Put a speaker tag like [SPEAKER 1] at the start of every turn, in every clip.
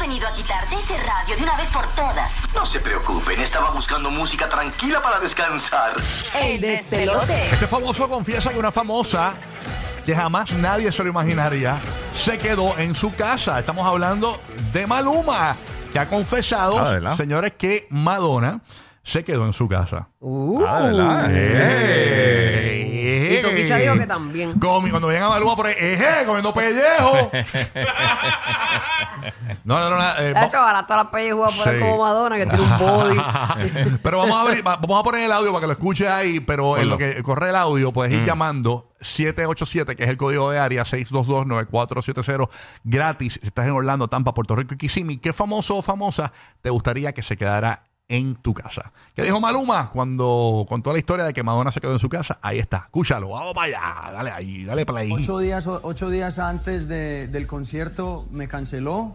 [SPEAKER 1] venido a quitarte ese radio de una vez por todas.
[SPEAKER 2] No se preocupen, estaba buscando música tranquila para descansar.
[SPEAKER 3] El despelote.
[SPEAKER 4] Este famoso confiesa que una famosa que jamás nadie se lo imaginaría se quedó en su casa. Estamos hablando de Maluma, que ha confesado,
[SPEAKER 5] Ah, ¿verdad?
[SPEAKER 4] señores, que Madonna se quedó en su casa.
[SPEAKER 3] Uh.
[SPEAKER 5] Ah, ¿verdad?
[SPEAKER 4] Ey.
[SPEAKER 5] ¡Ey!
[SPEAKER 3] Y Toquicha dijo que también.
[SPEAKER 4] Comi- cuando vengan a Maluma por ahí, ¡eje! comiendo pellejo. no, no, no. nada, eh,
[SPEAKER 3] De
[SPEAKER 4] va-
[SPEAKER 3] hecho, ahora todas las pellejudas por ahí
[SPEAKER 4] Sí.
[SPEAKER 3] como Madonna que tiene un body. Este,
[SPEAKER 4] pero vamos a abrir- va- vamos a poner el audio para que lo escuche ahí, pero en lo que corre el audio puedes ir llamando 787, que es el código de área 622-9470 gratis. Si estás en Orlando, Tampa, Puerto Rico y Kissimmee, ¿qué famoso o famosa te gustaría que se quedara en tu casa? ¿Qué dijo Maluma cuando contó la historia de que Madonna se quedó en su casa? Ahí está, escúchalo, vamos para allá, dale ahí, dale play.
[SPEAKER 6] Ocho días, ocho días antes de- del concierto me canceló.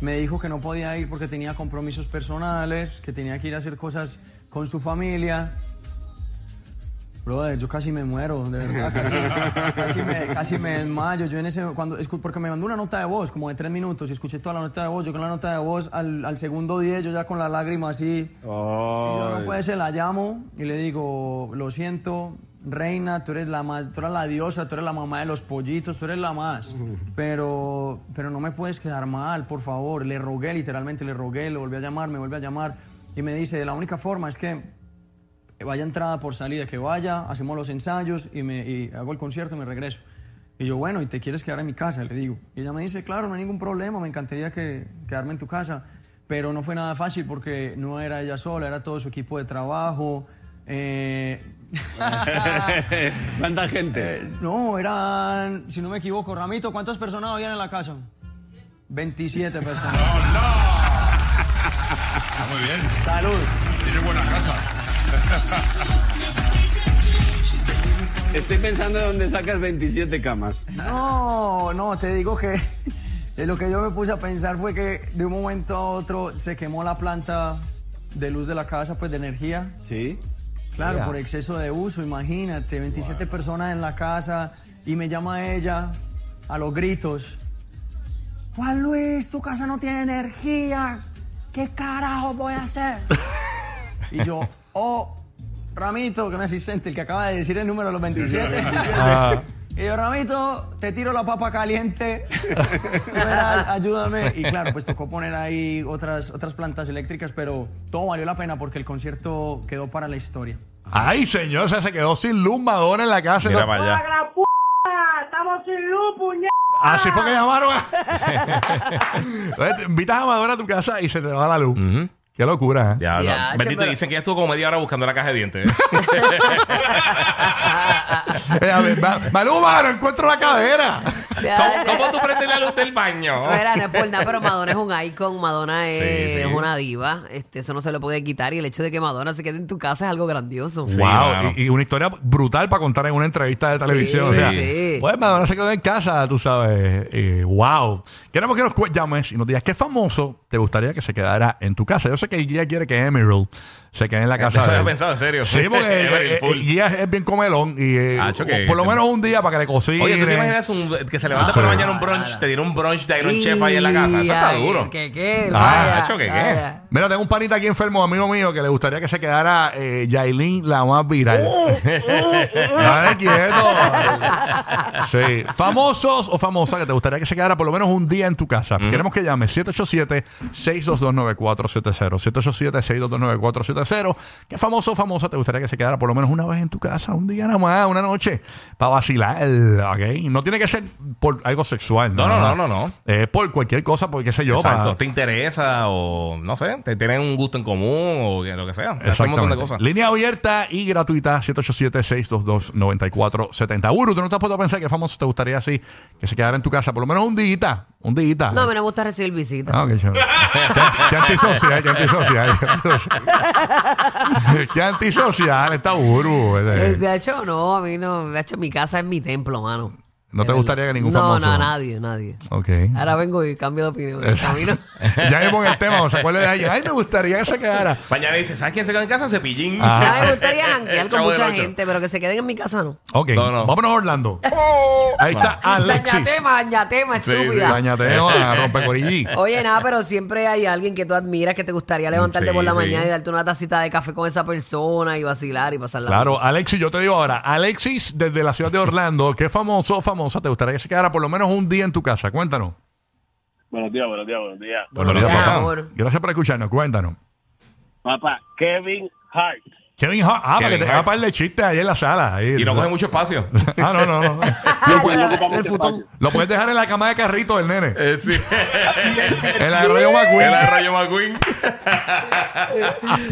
[SPEAKER 6] Me dijo que no podía ir porque tenía compromisos personales, que tenía que ir a hacer cosas con su familia. Brother, yo casi me muero, de verdad, casi, casi me, casi me desmayo. Yo en ese, cuando, escu- porque me mandó una nota de voz, como de tres minutos, y escuché toda la nota de voz. Yo con la nota de voz, al, al segundo diez, yo ya con la lágrima así. Y yo no puede ser, la llamo y le digo, lo siento, reina, tú eres la ma- tú eres la diosa, tú eres la mamá de los pollitos, tú eres la más. Pero, pero no me puedes quedar mal, por favor. Le rogué, literalmente, le rogué, lo volví a llamar, me volví a llamar. Y me dice, la única forma es que Eh, vaya entrada por salida, que vaya, hacemos los ensayos y, me, y hago el concierto y me regreso. Y yo, bueno, ¿y te quieres quedar en mi casa? Le digo. Y ella me dice, claro, no hay ningún problema, me encantaría que, quedarme en tu casa. Pero no fue nada fácil porque no era ella sola, era todo su equipo de trabajo. eh,
[SPEAKER 7] ¿Cuánta gente?
[SPEAKER 6] no, eran, si no me equivoco, Ramito, ¿cuántas personas habían en la casa? 27 personas.
[SPEAKER 8] Está muy bien.
[SPEAKER 6] Salud.
[SPEAKER 8] Tiene buena casa.
[SPEAKER 7] Estoy pensando de dónde sacas 27 camas.
[SPEAKER 6] No, no, te digo que de lo que yo me puse a pensar fue que de un momento a otro se quemó la planta de luz de la casa, pues de energía.
[SPEAKER 7] ¿Sí?
[SPEAKER 6] Claro, por exceso de uso, imagínate, 27 personas en la casa y me llama ella a los gritos. Juan Luis, tu casa no tiene energía. ¿Qué carajo voy a hacer? y yo, oh, Ramito, que me asistente, el que acaba de decir el número de los 27. Y yo, Ramito, te tiro la papa caliente. Tú verás, ayúdame. Y claro, pues tocó poner ahí otras, otras plantas eléctricas, pero todo valió la pena porque el concierto quedó para la historia.
[SPEAKER 4] Ay, señor, o sea, se quedó sin luz Madonna en la casa.
[SPEAKER 5] Mira
[SPEAKER 4] No-
[SPEAKER 5] para allá.
[SPEAKER 9] Estamos sin luz, puñet.
[SPEAKER 4] Así
[SPEAKER 5] Ah.
[SPEAKER 4] fue que llamaron. a- Oye, te invitas a Madonna a tu casa y se te va la luz. Qué locura. ¿eh?
[SPEAKER 3] Ya,
[SPEAKER 5] Ya, no.
[SPEAKER 3] che,
[SPEAKER 5] Bendito,
[SPEAKER 3] pero-
[SPEAKER 5] dicen que ya estuvo como media hora buscando la caja de dientes. ¿eh?
[SPEAKER 4] Eh, a ver, Ma- Maluma, no encuentro la cadera.
[SPEAKER 3] Ya,
[SPEAKER 5] ¿Cómo,
[SPEAKER 3] ya.
[SPEAKER 5] cómo tú prendes la luz del baño?
[SPEAKER 3] Mira, ah, no es por nada, pero Madonna es un icon, Madonna es,
[SPEAKER 5] Sí, sí.
[SPEAKER 3] es una diva, este, eso no se lo puede quitar y el hecho de que Madonna se quede en tu casa es algo grandioso.
[SPEAKER 5] Sí,
[SPEAKER 4] wow.
[SPEAKER 5] mano.
[SPEAKER 4] Y, y una historia brutal para contar en una entrevista de televisión.
[SPEAKER 3] sí,
[SPEAKER 4] o sea,
[SPEAKER 3] sí.
[SPEAKER 4] Pues Madonna se quedó en casa, tú sabes. eh, wow. Queremos que nos cu- llames y nos digas qué famoso te gustaría que se quedara en tu casa. Yo sé que Guía quiere que Emerald se quede en la casa.
[SPEAKER 5] Eso
[SPEAKER 4] de
[SPEAKER 5] había
[SPEAKER 4] él.
[SPEAKER 5] pensado, en serio.
[SPEAKER 4] Sí, porque eh,
[SPEAKER 5] Evelyn
[SPEAKER 4] eh,
[SPEAKER 5] Full.
[SPEAKER 4] Guía es bien comelón y eh,
[SPEAKER 5] Acho, que-
[SPEAKER 4] por lo menos un día para que le cocine.
[SPEAKER 5] Oye, ¿tú te imaginas un- que se levanta por la mañana un brunch? Te dieron un brunch de Iron Chef ahí en la casa. Eso está
[SPEAKER 3] Ay,
[SPEAKER 5] duro.
[SPEAKER 3] Que qué,
[SPEAKER 4] Ah,
[SPEAKER 3] vaya,
[SPEAKER 5] macho, que qué.
[SPEAKER 3] vaya.
[SPEAKER 4] Mira, tengo un panita aquí enfermo, amigo mío, que le gustaría que se quedara eh, Yailin, la más viral.
[SPEAKER 5] Uh,
[SPEAKER 4] Dale quieto. Sí. Famosos o famosas que te gustaría que se quedara por lo menos un día en tu casa. Queremos que llames 787-622-9470. 787-622-9470. ¿Qué famoso o famosa te gustaría que se quedara por lo menos una vez en tu casa? Un día nada más, una noche, para vacilar, ¿ok? No tiene que ser por algo sexual.
[SPEAKER 5] No,
[SPEAKER 4] nada más.
[SPEAKER 5] no, no, no, no.
[SPEAKER 4] Eh, por cualquier cosa, porque qué sé yo.
[SPEAKER 5] Exacto.
[SPEAKER 4] para-
[SPEAKER 5] ¿Te interesa o no sé? ¿Te tienen un gusto en común o que- lo que sea? Te Hace un montón de
[SPEAKER 4] Exactamente.
[SPEAKER 5] cosas.
[SPEAKER 4] Línea abierta y gratuita, 787-622-9470. Uru, tú no te has puesto a pensar qué famoso te gustaría así que se quedara en tu casa, por lo menos un día, un día.
[SPEAKER 3] No, a mí no me gusta recibir visitas.
[SPEAKER 4] Ah, qué chévere. Qué anti- Qué antisocial, qué antisocial. qué antisocial. Qué antisocial está Uru.
[SPEAKER 3] Eh,
[SPEAKER 4] ¿verdad?
[SPEAKER 3] De hecho, no, a mí no. De hecho, mi casa es mi templo, mano. Eh,
[SPEAKER 4] No te gustaría que ningún
[SPEAKER 3] no,
[SPEAKER 4] famoso.
[SPEAKER 3] No, no, nadie, nadie.
[SPEAKER 4] Ok.
[SPEAKER 3] Ahora vengo y cambio de opinión. en el camino.
[SPEAKER 4] ya vemos el tema, ¿se acuerdan de alguien? Ay, me gustaría que se quedara.
[SPEAKER 5] Mañana dice, ¿sabes quién se quedó en casa? Cepillín.
[SPEAKER 4] Ah.
[SPEAKER 3] A mí me gustaría janguear con
[SPEAKER 5] Chavo del
[SPEAKER 3] mucha
[SPEAKER 5] ocho.
[SPEAKER 3] gente, pero que se queden en mi casa no.
[SPEAKER 4] Ok,
[SPEAKER 5] No, no.
[SPEAKER 4] vámonos a Orlando. Ahí está Alexis.
[SPEAKER 3] Dañatema, dañatema,
[SPEAKER 5] Sí, sí.
[SPEAKER 3] estúpida.
[SPEAKER 4] Dañate, a rompecorillí.
[SPEAKER 3] Oye, nada, pero siempre hay alguien que tú admiras que te gustaría levantarte
[SPEAKER 5] Sí,
[SPEAKER 3] por la
[SPEAKER 5] sí.
[SPEAKER 3] mañana y darte una tacita de café con esa persona y vacilar y pasarla. bien.
[SPEAKER 4] Claro, Alexis, yo te digo ahora, Alexis, desde la ciudad de Orlando, ¿qué famoso o famosa te gustaría que se quedara por lo menos un día en tu casa? Cuéntanos.
[SPEAKER 6] Buenos días, buenos días, buenos días.
[SPEAKER 5] Buenos
[SPEAKER 3] días,
[SPEAKER 5] papá.
[SPEAKER 3] amor.
[SPEAKER 4] Gracias por escucharnos, cuéntanos.
[SPEAKER 6] Papá, Kevin Hart.
[SPEAKER 4] Kevin Hart, ah, para que
[SPEAKER 5] Kevin
[SPEAKER 4] te
[SPEAKER 5] Hart.
[SPEAKER 4] haga par de chistes ahí en la sala. ahí.
[SPEAKER 5] Y no coge mucho espacio.
[SPEAKER 4] Ah, no, no, no.
[SPEAKER 3] Ah,
[SPEAKER 6] no
[SPEAKER 3] el-
[SPEAKER 6] ocupamos
[SPEAKER 3] el
[SPEAKER 6] que
[SPEAKER 3] futón.
[SPEAKER 4] Lo puedes dejar en la cama de carrito del nene.
[SPEAKER 5] Eh, sí.
[SPEAKER 4] En la de Rayo
[SPEAKER 5] El
[SPEAKER 4] McQueen.
[SPEAKER 5] rayo McQueen.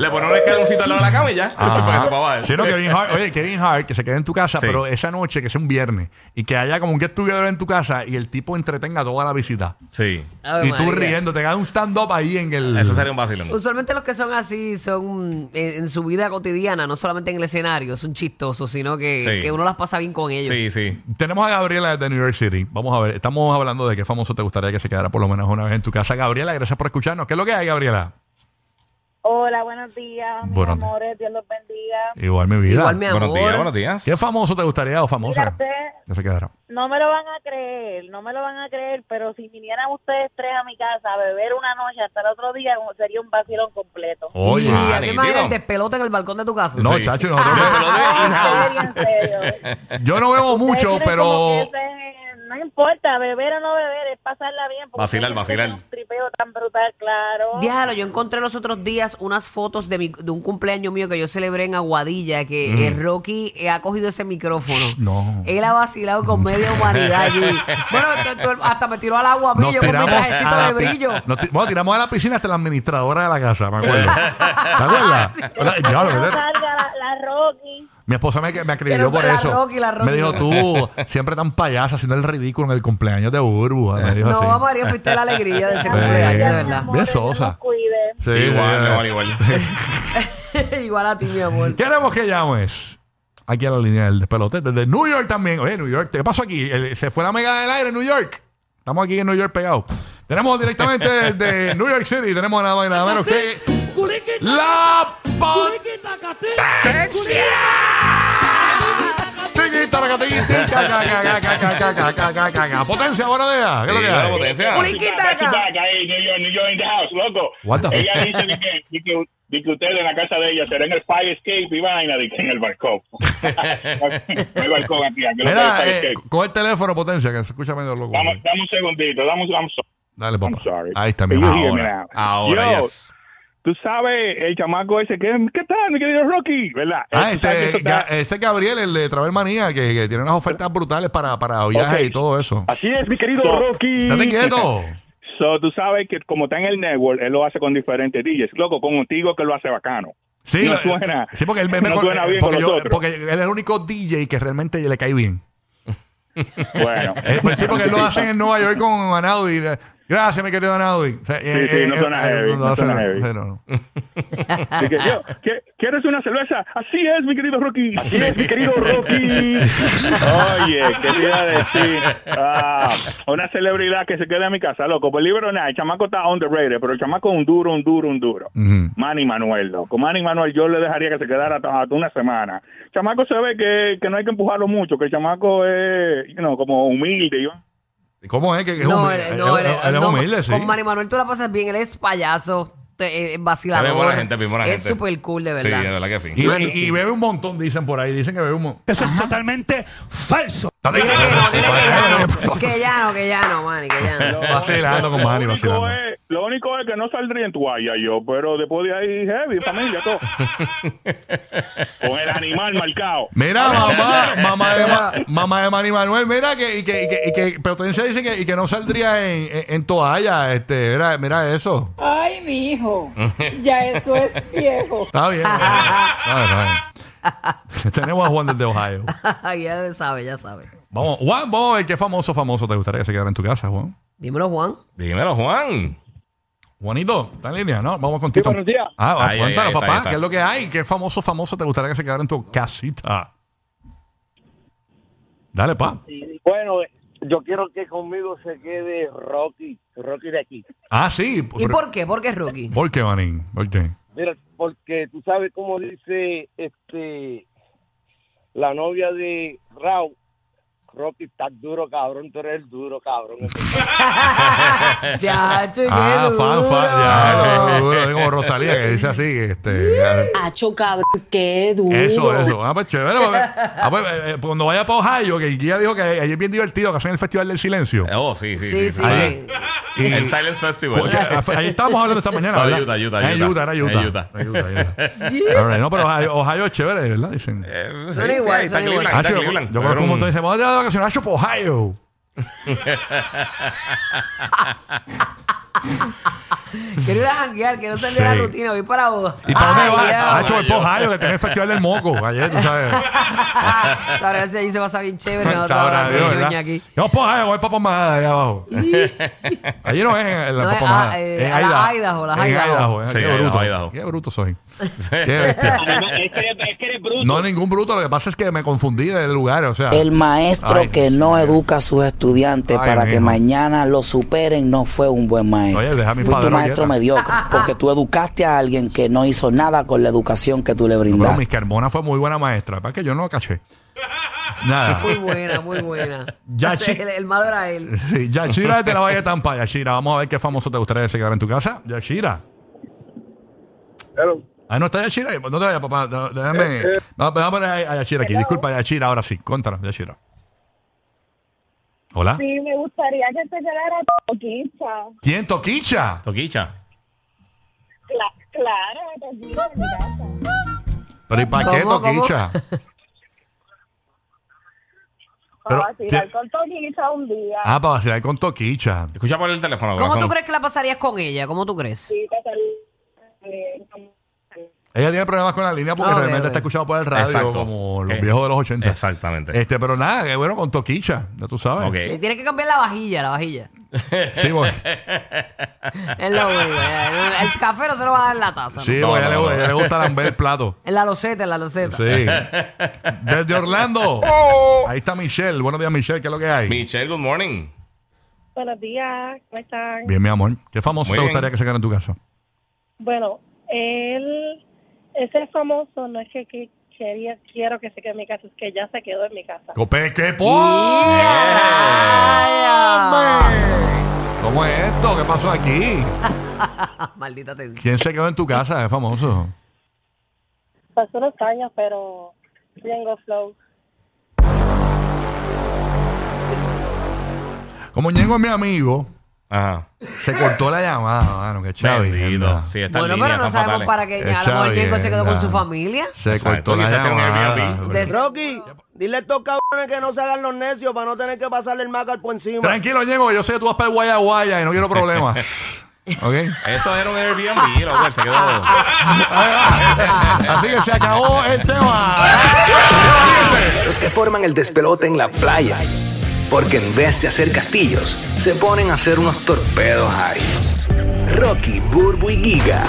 [SPEAKER 5] Le pone un escaloncito al lado de la cama y ya. Para que se pueda bajar.
[SPEAKER 4] Ah. Sí, no, Kevin Hart, oye, Kevin Hart, que se quede en tu casa,
[SPEAKER 5] Sí.
[SPEAKER 4] pero esa noche, que sea un viernes, y que haya como un get together en tu casa y el tipo entretenga a toda la visita.
[SPEAKER 5] Sí.
[SPEAKER 3] Ave
[SPEAKER 4] y tú
[SPEAKER 3] María.
[SPEAKER 4] riendo, te haga un stand-up ahí en el.
[SPEAKER 5] Eso sería un vacilón.
[SPEAKER 3] Usualmente los que son así son eh, en, en su vida cotidiana, no solamente en el escenario, son chistosos, sino que,
[SPEAKER 5] Sí.
[SPEAKER 3] que uno las pasa bien con ellos.
[SPEAKER 5] Sí, sí.
[SPEAKER 4] Tenemos a Gabriela de New York City. Vamos a ver, estamos hablando de qué famoso te gustaría que se quedara por lo menos una vez en tu casa. Gabriela, gracias por escucharnos. ¿Qué es lo que hay, Gabriela?
[SPEAKER 9] Hola, buenos días, mis
[SPEAKER 4] Buenos días.
[SPEAKER 9] amores. Dios los bendiga.
[SPEAKER 4] Igual mi vida.
[SPEAKER 3] Igual mi amor.
[SPEAKER 5] Buenos días, buenos días.
[SPEAKER 4] ¿Qué famoso te gustaría o famosa
[SPEAKER 9] Fíjate,
[SPEAKER 4] que se quedara?
[SPEAKER 9] Eh, no me lo van a creer, no me lo van a creer, pero si vinieran ustedes tres a mi casa a beber una noche hasta el otro día, sería un vacilón completo.
[SPEAKER 3] Oye,
[SPEAKER 5] Ah,
[SPEAKER 3] ¿a qué
[SPEAKER 5] nítido.
[SPEAKER 3] manera el despelote en el balcón de tu casa?
[SPEAKER 4] No,
[SPEAKER 5] Sí.
[SPEAKER 4] chacho, nosotros-
[SPEAKER 9] Ah, en serio, en serio.
[SPEAKER 4] yo no veo mucho,
[SPEAKER 9] Ustedes tienen como
[SPEAKER 4] pero.
[SPEAKER 9] que ese- eh, No importa, beber o no beber, es pasarla bien. porque
[SPEAKER 5] Vacilar,
[SPEAKER 9] ustedes
[SPEAKER 5] vacilar.
[SPEAKER 9] tienen Un tripeo tan brutal, claro.
[SPEAKER 3] Diablo, yo encontré los otros días unas fotos de, mi- de un cumpleaños mío que yo celebré en Aguadilla, que eh, Rocky eh, ha cogido ese micrófono.
[SPEAKER 4] Mm. No.
[SPEAKER 3] Él ha vacilado con media humanidad allí. Bueno, tú- tú- hasta me tiró al agua a mí, yo con mi trajecito
[SPEAKER 4] la
[SPEAKER 3] de
[SPEAKER 4] pi-
[SPEAKER 3] brillo.
[SPEAKER 4] nos ti- bueno, tiramos a la piscina hasta la administradora de la casa, me acuerdo. ¿Te acuerdas?
[SPEAKER 3] Ah, Sí.
[SPEAKER 4] Hola, diablo,
[SPEAKER 9] No
[SPEAKER 4] ¿verdad?
[SPEAKER 9] salga la, la Rocky.
[SPEAKER 4] Mi esposa me, me
[SPEAKER 3] Pero
[SPEAKER 4] acribilló por
[SPEAKER 3] la
[SPEAKER 4] eso.
[SPEAKER 3] Rocky, la Rocky.
[SPEAKER 4] me dijo, tú siempre tan payasa haciendo el ridículo en el cumpleaños de Burbu. Me dijo
[SPEAKER 3] No,
[SPEAKER 4] así. Eh.
[SPEAKER 3] María, fuiste la alegría de ese
[SPEAKER 9] Ay,
[SPEAKER 3] cumpleaños, de
[SPEAKER 9] mi
[SPEAKER 3] verdad.
[SPEAKER 9] amor,
[SPEAKER 4] Bien
[SPEAKER 9] Dios
[SPEAKER 4] sosa.
[SPEAKER 9] los cuide.
[SPEAKER 4] Sí,
[SPEAKER 5] igual,
[SPEAKER 4] sí,
[SPEAKER 5] igual,
[SPEAKER 4] sí.
[SPEAKER 5] igual.
[SPEAKER 3] Igual a ti, mi amor.
[SPEAKER 4] Queremos que llames. Aquí a la línea del despelote. Desde New York también. Oye, New York, ¿qué pasó aquí? El- se fue la mega del aire en New York. Estamos aquí en New York pegados. Tenemos directamente desde New York City. Tenemos nada más y nada menos que. ¡La potencia! ¡Potencia, buenos días! ¿Qué es lo que
[SPEAKER 5] Sí,
[SPEAKER 4] hay?
[SPEAKER 5] buena potencia.
[SPEAKER 3] Puliquita
[SPEAKER 6] Back to
[SPEAKER 3] acá.
[SPEAKER 6] back, ahí, New York, New York in the house, loco.
[SPEAKER 4] What the-
[SPEAKER 6] ella dice de que, de que, de que ustedes en la casa de ella será en el fire escape y vaina, de que en el balcón. No hay balcón aquí, aquí no hay
[SPEAKER 4] Mira,
[SPEAKER 6] fire
[SPEAKER 4] eh,
[SPEAKER 6] escape.
[SPEAKER 4] coge el teléfono, potencia, que se escucha medio loco.
[SPEAKER 6] Dame, dame un segundito, dame un I'm so-
[SPEAKER 4] Dale,
[SPEAKER 6] I'm
[SPEAKER 4] papá.
[SPEAKER 6] sorry.
[SPEAKER 4] Ahí está, mi
[SPEAKER 6] Can you
[SPEAKER 4] amor.
[SPEAKER 6] hear me
[SPEAKER 5] Ahora,
[SPEAKER 6] now?
[SPEAKER 5] ahora,
[SPEAKER 6] Yo,
[SPEAKER 5] yes.
[SPEAKER 6] Tú sabes, el chamaco ese, que ¿qué tal, mi querido Rocky? ¿Verdad?
[SPEAKER 4] Ah,
[SPEAKER 6] Eh, tú sabes que
[SPEAKER 4] este,
[SPEAKER 6] eso está-
[SPEAKER 4] Ga- este Gabriel, el de Travel Manía, que, que tiene unas ofertas brutales para, para viajes
[SPEAKER 6] Ok. Ah,
[SPEAKER 4] y todo eso.
[SPEAKER 10] Así es, mi querido
[SPEAKER 6] So-
[SPEAKER 10] Rocky.
[SPEAKER 4] Date quieto.
[SPEAKER 6] So, tú sabes que como está en el network, él lo hace con diferentes DJs. Loco, contigo que lo hace bacano.
[SPEAKER 4] Sí,
[SPEAKER 6] No
[SPEAKER 4] lo-
[SPEAKER 6] suena-
[SPEAKER 4] sí, porque él me- me-
[SPEAKER 6] no suena bien
[SPEAKER 4] porque
[SPEAKER 6] con
[SPEAKER 4] yo-
[SPEAKER 6] nosotros.
[SPEAKER 4] porque él es el único DJ que realmente le cae bien.
[SPEAKER 6] Bueno.
[SPEAKER 4] Eh, pues sí, porque él lo hace en Nueva York con Anaudi. Gracias, mi querido Anaudi. O sea, eh,
[SPEAKER 6] sí, no
[SPEAKER 4] eh,
[SPEAKER 6] suena
[SPEAKER 4] eh,
[SPEAKER 6] heavy, no
[SPEAKER 4] hace-
[SPEAKER 6] suena heavy.
[SPEAKER 4] sí, no, no.
[SPEAKER 6] Así que yo, ¿qué- ¿quieres una cerveza? Así es, mi querido Rocky.
[SPEAKER 10] Así es, mi querido Rocky.
[SPEAKER 6] Oye, ¿qué te iba a decir? Ah, una celebridad que se queda en mi casa, loco. Pues libre o nada, el chamaco está underrated, pero el chamaco es un duro, un duro, un duro.
[SPEAKER 4] Ujú.
[SPEAKER 6] Manny Manuel, loco. Manny Manuel, yo le dejaría que se quedara hasta, hasta una semana. El chamaco se ve que, que no hay que empujarlo mucho, que el chamaco es, you know, como humilde. Yo,
[SPEAKER 4] ¿Cómo es? Que, que es
[SPEAKER 3] No,
[SPEAKER 4] humilde.
[SPEAKER 3] él- no,
[SPEAKER 4] Él-
[SPEAKER 3] él-
[SPEAKER 4] él es
[SPEAKER 3] no,
[SPEAKER 4] humilde, sí.
[SPEAKER 3] Con Mari Manuel tú la pasas bien, él es payaso, te- eh, vacilador.
[SPEAKER 5] Es bien buena gente, bien buena
[SPEAKER 3] Es
[SPEAKER 5] gente.
[SPEAKER 3] súper cool, de
[SPEAKER 5] Sí,
[SPEAKER 3] verdad.
[SPEAKER 5] de verdad que sí.
[SPEAKER 4] Y,
[SPEAKER 3] Manny,
[SPEAKER 4] y-
[SPEAKER 3] sí.
[SPEAKER 4] y bebe un montón, dicen por ahí. Dicen que bebe un montón.
[SPEAKER 11] Eso es totalmente falso.
[SPEAKER 4] Date
[SPEAKER 3] Dile que no, dile que ya no.
[SPEAKER 4] quieto.
[SPEAKER 3] Que ya no, que ya no, Manny, que ya no.
[SPEAKER 4] Vacilando con Manny,
[SPEAKER 6] lo, único
[SPEAKER 4] vacilando.
[SPEAKER 6] es, lo único es que no saldría en toalla yo, pero después de ahí, heavy, familia, todo. Con el animal marcado.
[SPEAKER 4] Mira, mamá, mamá de, Ma- mamá de Manny Manuel, mira que, y que, y que, y que pero Potencia dice que, y que no saldría en, en- en toalla, este, mira, mira eso.
[SPEAKER 9] Ay, mi hijo, ya eso es viejo.
[SPEAKER 4] Está bien. Está bien, está bien. Tenemos a Juan desde Ohio.
[SPEAKER 3] ya sabe, ya sabe.
[SPEAKER 4] Vamos, Juan, vamos a ver qué famoso, famoso te gustaría que se quedara en tu casa, Juan.
[SPEAKER 3] Dímelo, Juan.
[SPEAKER 5] Dímelo, Juan.
[SPEAKER 4] Juanito, está en línea, ¿no? Vamos con Tito.
[SPEAKER 10] buenos días.
[SPEAKER 4] Ah,
[SPEAKER 5] Ahí, ahí,
[SPEAKER 4] cuéntanos,
[SPEAKER 5] ahí está,
[SPEAKER 4] papá,
[SPEAKER 5] ahí está.
[SPEAKER 4] ¿qué es lo que hay? ¿Qué famoso, famoso te gustaría que se quedara en tu casita? Dale, pa.
[SPEAKER 6] Sí,
[SPEAKER 12] Bueno, yo quiero que conmigo se quede Rocky, Rocky de aquí.
[SPEAKER 4] Ah, sí.
[SPEAKER 3] ¿Y por qué? ¿Por qué Rocky?
[SPEAKER 4] ¿Por qué, Manín? ¿Por qué?
[SPEAKER 12] Mira, porque tú sabes cómo dice este la novia de Raúl. Rocky, estás duro, cabrón. Tú eres el duro, cabrón.
[SPEAKER 3] ya, che, qué
[SPEAKER 4] Ah, fan, fan. Ya,
[SPEAKER 3] duro.
[SPEAKER 4] duro, digo, Rosalía que dice así. Este, ya.
[SPEAKER 13] Acho, cabrón, qué duro.
[SPEAKER 4] Eso, eso. Ah, pues chévere. porque- ah, pues, eh, eh, cuando vaya para Ohio, que el guía dijo que ayer es bien divertido que hacen el Festival del Silencio.
[SPEAKER 5] Oh, sí, sí.
[SPEAKER 4] Sí, sí,
[SPEAKER 5] Ahí-
[SPEAKER 4] sí.
[SPEAKER 5] El Silence Festival. Eh,
[SPEAKER 4] Porque, ah, fue- ahí estábamos hablando esta mañana,
[SPEAKER 5] No,
[SPEAKER 4] ¿verdad?
[SPEAKER 5] Utah, Utah,
[SPEAKER 4] Ah, en
[SPEAKER 5] Utah.
[SPEAKER 4] Utah, era
[SPEAKER 5] En
[SPEAKER 4] Utah. En Utah, Utah. All right, No, pero Ohio, Ohio es chévere, ¿verdad? Dicen.
[SPEAKER 5] Sí,
[SPEAKER 3] Son
[SPEAKER 5] sí,
[SPEAKER 3] igual,
[SPEAKER 5] ahí está
[SPEAKER 3] son igual.
[SPEAKER 5] Cleveland, ahí Eh, está
[SPEAKER 4] Hacho, yo,
[SPEAKER 5] Cleveland.
[SPEAKER 4] yo conozco un montón y dicen, vamos a vacacionar Hacho por Ohio.
[SPEAKER 3] Quiero ir a janguear, quiero salir de la
[SPEAKER 4] Sí.
[SPEAKER 3] rutina, voy para vos.
[SPEAKER 4] ¿Y para dónde
[SPEAKER 3] Ay, Ah, ya.
[SPEAKER 4] va? Hacho, es por Ohio, que tiene el Festival del Moco. Ayer, tú sabes.
[SPEAKER 3] Sabrá si ahí se pasa bien chévere. No,
[SPEAKER 4] Sabrá Dios, ¿verdad?
[SPEAKER 3] aquí.
[SPEAKER 4] No, pues ahí voy para Pomada, allá abajo. Allí no es en, en la
[SPEAKER 3] No, es-
[SPEAKER 4] Pomada.
[SPEAKER 3] ah, eh,
[SPEAKER 4] en
[SPEAKER 3] a la
[SPEAKER 4] Idaho.
[SPEAKER 3] Idaho, las
[SPEAKER 4] En
[SPEAKER 3] Idaho.
[SPEAKER 4] eh.
[SPEAKER 5] Sí,
[SPEAKER 4] qué,
[SPEAKER 5] Idaho,
[SPEAKER 4] bruto,
[SPEAKER 5] Idaho.
[SPEAKER 4] qué bruto soy. Qué bestia. No, ningún bruto. Lo que pasa es que me confundí del lugar, o sea.
[SPEAKER 14] El maestro
[SPEAKER 4] Ay,
[SPEAKER 14] que no educa a sus estudiantes
[SPEAKER 4] Ay,
[SPEAKER 14] para que
[SPEAKER 4] mijo.
[SPEAKER 14] mañana lo superen no fue un buen maestro.
[SPEAKER 4] Oye, deja a mi
[SPEAKER 14] Fuiste
[SPEAKER 4] padre
[SPEAKER 14] un maestro
[SPEAKER 4] quieta.
[SPEAKER 14] mediocre porque tú educaste a alguien que no hizo nada con la educación que tú le
[SPEAKER 4] Pero
[SPEAKER 14] brindaste.
[SPEAKER 4] Miss Carmona fue muy buena maestra. Para que yo no la caché. Nada.
[SPEAKER 3] Muy buena, muy buena.
[SPEAKER 4] Ya,
[SPEAKER 3] Ese-
[SPEAKER 4] chi-
[SPEAKER 3] el, el malo era él.
[SPEAKER 4] Sí, Yashira es de la Valle de Tampa. Yashira, vamos a ver qué famoso te gustaría que se quedara en tu casa. Yashira. Ah, no está Yashira. No te vayas, papá. No, Déjame. No, vamos a poner a a Yashira aquí. Disculpa, Yashira, ahora sí. Contra, Yashira. Hola.
[SPEAKER 15] Sí, me gustaría que te quedara Toquicha.
[SPEAKER 4] ¿Quién? Toquicha.
[SPEAKER 5] Toquicha.
[SPEAKER 15] Cla- claro, Toquicha en mi casa.
[SPEAKER 4] Pero ¿y para qué
[SPEAKER 15] ¿Cómo, cómo?
[SPEAKER 4] Toquicha? Pero,
[SPEAKER 15] Para vacilar
[SPEAKER 4] ¿qué?
[SPEAKER 15] con Toquicha un día.
[SPEAKER 4] Ah, para vacilar con Toquicha.
[SPEAKER 5] Escucha por el teléfono,
[SPEAKER 3] ¿Cómo tú
[SPEAKER 5] corazón.
[SPEAKER 3] crees que la pasarías con ella? ¿Cómo tú crees?
[SPEAKER 15] Sí, que te- eh,
[SPEAKER 4] Ella tiene problemas con la línea porque
[SPEAKER 3] Ah, ok,
[SPEAKER 4] realmente
[SPEAKER 3] ok.
[SPEAKER 4] está escuchado por el radio
[SPEAKER 5] Exacto.
[SPEAKER 4] como los
[SPEAKER 5] Eh,
[SPEAKER 4] viejos de los 80.
[SPEAKER 5] Exactamente.
[SPEAKER 4] Este, pero nada, qué bueno con Toquicha, ya tú sabes.
[SPEAKER 5] Ok.
[SPEAKER 3] Sí, tienes Eh, que cambiar la vajilla, la vajilla.
[SPEAKER 4] Sí, bueno.
[SPEAKER 3] Es lo único. ya. El café no se lo va a dar en la taza. ¿no?
[SPEAKER 4] Sí,
[SPEAKER 5] No,
[SPEAKER 4] porque a ella
[SPEAKER 5] no,
[SPEAKER 4] le-
[SPEAKER 5] no.
[SPEAKER 4] a ella le gusta lamber el plato.
[SPEAKER 3] En la loseta, en la loseta.
[SPEAKER 4] Sí. Desde Orlando.
[SPEAKER 5] Oh.
[SPEAKER 4] Ahí está Michelle. Buenos días, Michelle. ¿Qué es lo que hay?
[SPEAKER 5] Michelle, good morning.
[SPEAKER 15] Buenos días, ¿cómo están?
[SPEAKER 4] Bien, mi amor. ¿Qué famoso
[SPEAKER 5] Muy
[SPEAKER 4] te
[SPEAKER 5] bien.
[SPEAKER 4] gustaría que se quedara en tu casa?
[SPEAKER 15] Bueno, él, ese famoso no es que, que quería, quiero que se quede en mi casa, es que ya se quedó en mi casa.
[SPEAKER 4] ¡Cope, qué
[SPEAKER 3] ¡Oh,
[SPEAKER 4] ¡Hombre! ¿Cómo es esto? ¿Qué pasó aquí?
[SPEAKER 3] Maldita tensión.
[SPEAKER 4] ¿Quién se quedó en tu casa? Es famoso.
[SPEAKER 15] Pasó unos años, pero tengo flow.
[SPEAKER 4] Como Ñengo es mi amigo,
[SPEAKER 5] Ajá.
[SPEAKER 4] se cortó la llamada, mano. Qué chavi.
[SPEAKER 5] Bendito.
[SPEAKER 4] anda.
[SPEAKER 5] Sí, está
[SPEAKER 3] Bueno, pero no sabemos para qué.
[SPEAKER 4] Está
[SPEAKER 3] A lo mejor Ñengo se quedó con
[SPEAKER 4] bien,
[SPEAKER 3] su
[SPEAKER 4] ya.
[SPEAKER 3] familia.
[SPEAKER 4] Se
[SPEAKER 5] Exacto,
[SPEAKER 4] cortó la
[SPEAKER 5] quizás tenga un Airbnb.
[SPEAKER 4] llamada.
[SPEAKER 3] De-
[SPEAKER 16] Rocky, dile a estos cabrones que no se hagan los necios para no tener que pasarle el macar por encima.
[SPEAKER 4] Tranquilo, Ñengo. Yo sé que tú vas para el Guaya Guaya y no quiero problemas. ¿Ok?
[SPEAKER 5] Eso era un Airbnb, loco. él Se quedó.
[SPEAKER 4] Así que se acabó este el tema.
[SPEAKER 17] Los que forman el despelote en la playa. Porque en vez de hacer castillos, se ponen a hacer unos torpedos ahí. Rocky, Burbu y Giga.